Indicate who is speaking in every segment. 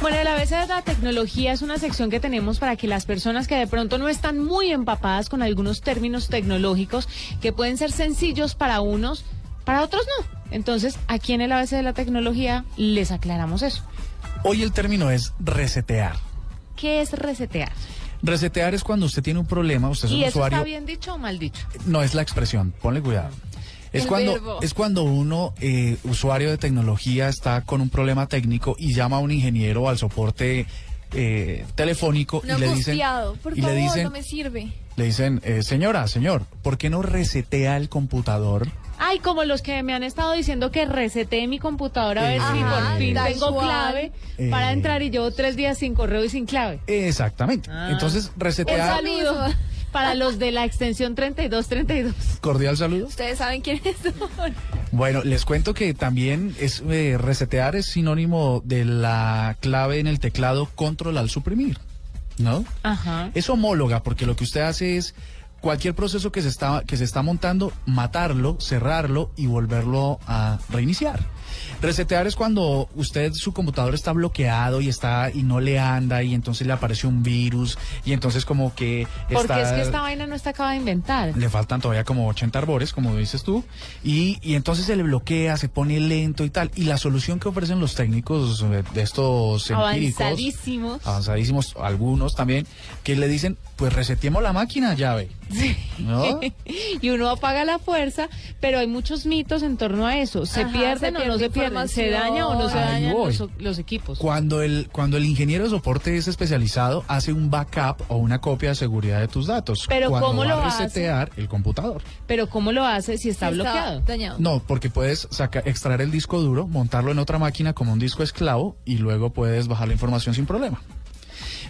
Speaker 1: Bueno, el ABC de la tecnología es una sección que tenemos para que las personas que de pronto no están muy empapadas con algunos términos tecnológicos que pueden ser sencillos para unos, para otros no. Entonces, aquí en el ABC de la tecnología les aclaramos eso.
Speaker 2: Hoy el término es resetear.
Speaker 1: ¿Qué es resetear?
Speaker 2: Resetear es cuando usted tiene un problema, usted es
Speaker 1: ¿Y
Speaker 2: un
Speaker 1: eso
Speaker 2: usuario.
Speaker 1: está bien dicho o mal dicho?
Speaker 2: No es la expresión, ponle cuidado. Es
Speaker 1: El
Speaker 2: cuando,
Speaker 1: verbo.
Speaker 2: es cuando uno, eh, usuario de tecnología, está con un problema técnico y llama a un ingeniero al soporte eh, telefónico
Speaker 3: No
Speaker 2: y le dicen,
Speaker 3: angustiado. Por
Speaker 2: y
Speaker 3: favor,
Speaker 2: le dicen,
Speaker 3: no me sirve.
Speaker 2: le dicen eh, señora, señor, ¿por qué no resetea el computador?
Speaker 1: Ay, como los que me han estado diciendo que reseteé mi computadora a ver si
Speaker 2: Ajá,
Speaker 1: por fin
Speaker 2: tal
Speaker 1: tengo
Speaker 3: cual.
Speaker 1: clave para
Speaker 2: Eh.
Speaker 1: entrar y llevo tres días sin correo y sin clave.
Speaker 2: Exactamente.
Speaker 1: Ah.
Speaker 2: Entonces,
Speaker 1: Un
Speaker 2: resetear,
Speaker 3: Esa-
Speaker 1: saludo
Speaker 3: mismo.
Speaker 1: para los de la extensión 3232.
Speaker 2: cordial saludo.
Speaker 3: Ustedes saben quiénes son.
Speaker 2: Bueno, les cuento que también es eh, resetear es sinónimo de la clave en el teclado control al suprimir, ¿no?
Speaker 1: Ajá.
Speaker 2: Es homóloga porque lo que usted hace es cualquier proceso que se está que se está montando, matarlo, cerrarlo y volverlo a reiniciar. Resetear es cuando usted su computador está bloqueado y está y no le anda y entonces le aparece un virus y entonces como que
Speaker 1: Porque
Speaker 2: está-
Speaker 1: es que esta vaina no está acaba de inventar.
Speaker 2: le faltan todavía como 80 arbores, como dices tú, y, y entonces se le bloquea, se pone lento y tal. Y la solución que ofrecen los técnicos eh, de estos empíricos, Ah.
Speaker 1: Avanzadísimos.
Speaker 2: avanzadísimos, algunos también, que le dicen, pues reseteemos la máquina, llave. ¿No?
Speaker 1: y uno apaga la fuerza, pero hay muchos mitos en torno a eso. ¿Se
Speaker 3: Ajá,
Speaker 1: pierden
Speaker 3: se
Speaker 1: o no
Speaker 3: pierde
Speaker 1: se pierden? ¿Se
Speaker 3: información.
Speaker 1: daña o no se
Speaker 2: Ahí
Speaker 1: dañan
Speaker 2: voy.
Speaker 1: los, los equipos?
Speaker 2: Cuando el, cuando el ingeniero de soporte es especializado, hace un backup o una copia de seguridad de tus datos.
Speaker 1: Pero
Speaker 2: cuando
Speaker 1: ¿cómo
Speaker 2: va
Speaker 1: lo
Speaker 2: a
Speaker 1: hace? Ah.
Speaker 2: resetear el computador.
Speaker 1: Pero ¿cómo lo hace si está bloqueado?
Speaker 3: Dañado.
Speaker 2: No, porque puedes saca- extraer el disco duro, montarlo en otra máquina como un disco esclavo y luego puedes bajar la información sin problema.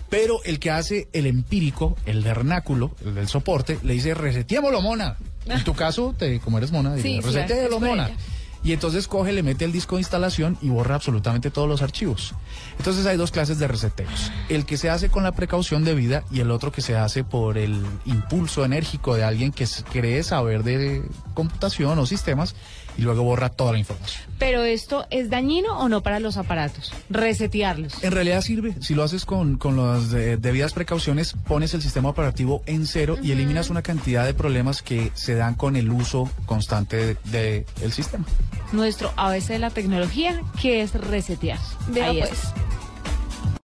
Speaker 2: Pero el que hace el empírico, el vernáculo, el del soporte, le dice reseteémoslo, mona. En tu caso, te, como eres mona, dice,
Speaker 3: Sí, claro,
Speaker 2: "Resetéelo,
Speaker 3: es por
Speaker 2: mona.
Speaker 3: ella.
Speaker 2: Y entonces coge, le mete el disco de instalación y borra absolutamente todos los archivos. Entonces hay dos clases de reseteos. El que se hace con la precaución debida y el otro que se hace por el impulso enérgico de alguien que s- cree saber de computación o sistemas y luego borra toda la información.
Speaker 1: Pero esto es dañino o no para los aparatos? Resetearlos.
Speaker 2: En realidad sirve. Si lo haces con, con las eh, debidas precauciones, pones el sistema operativo en cero y eliminas una cantidad de problemas que se dan con el uso constante del de, del sistema.
Speaker 1: Nuestro ABC de la tecnología, que es resetear.
Speaker 3: Vea
Speaker 1: Ahí
Speaker 3: pues.
Speaker 1: está.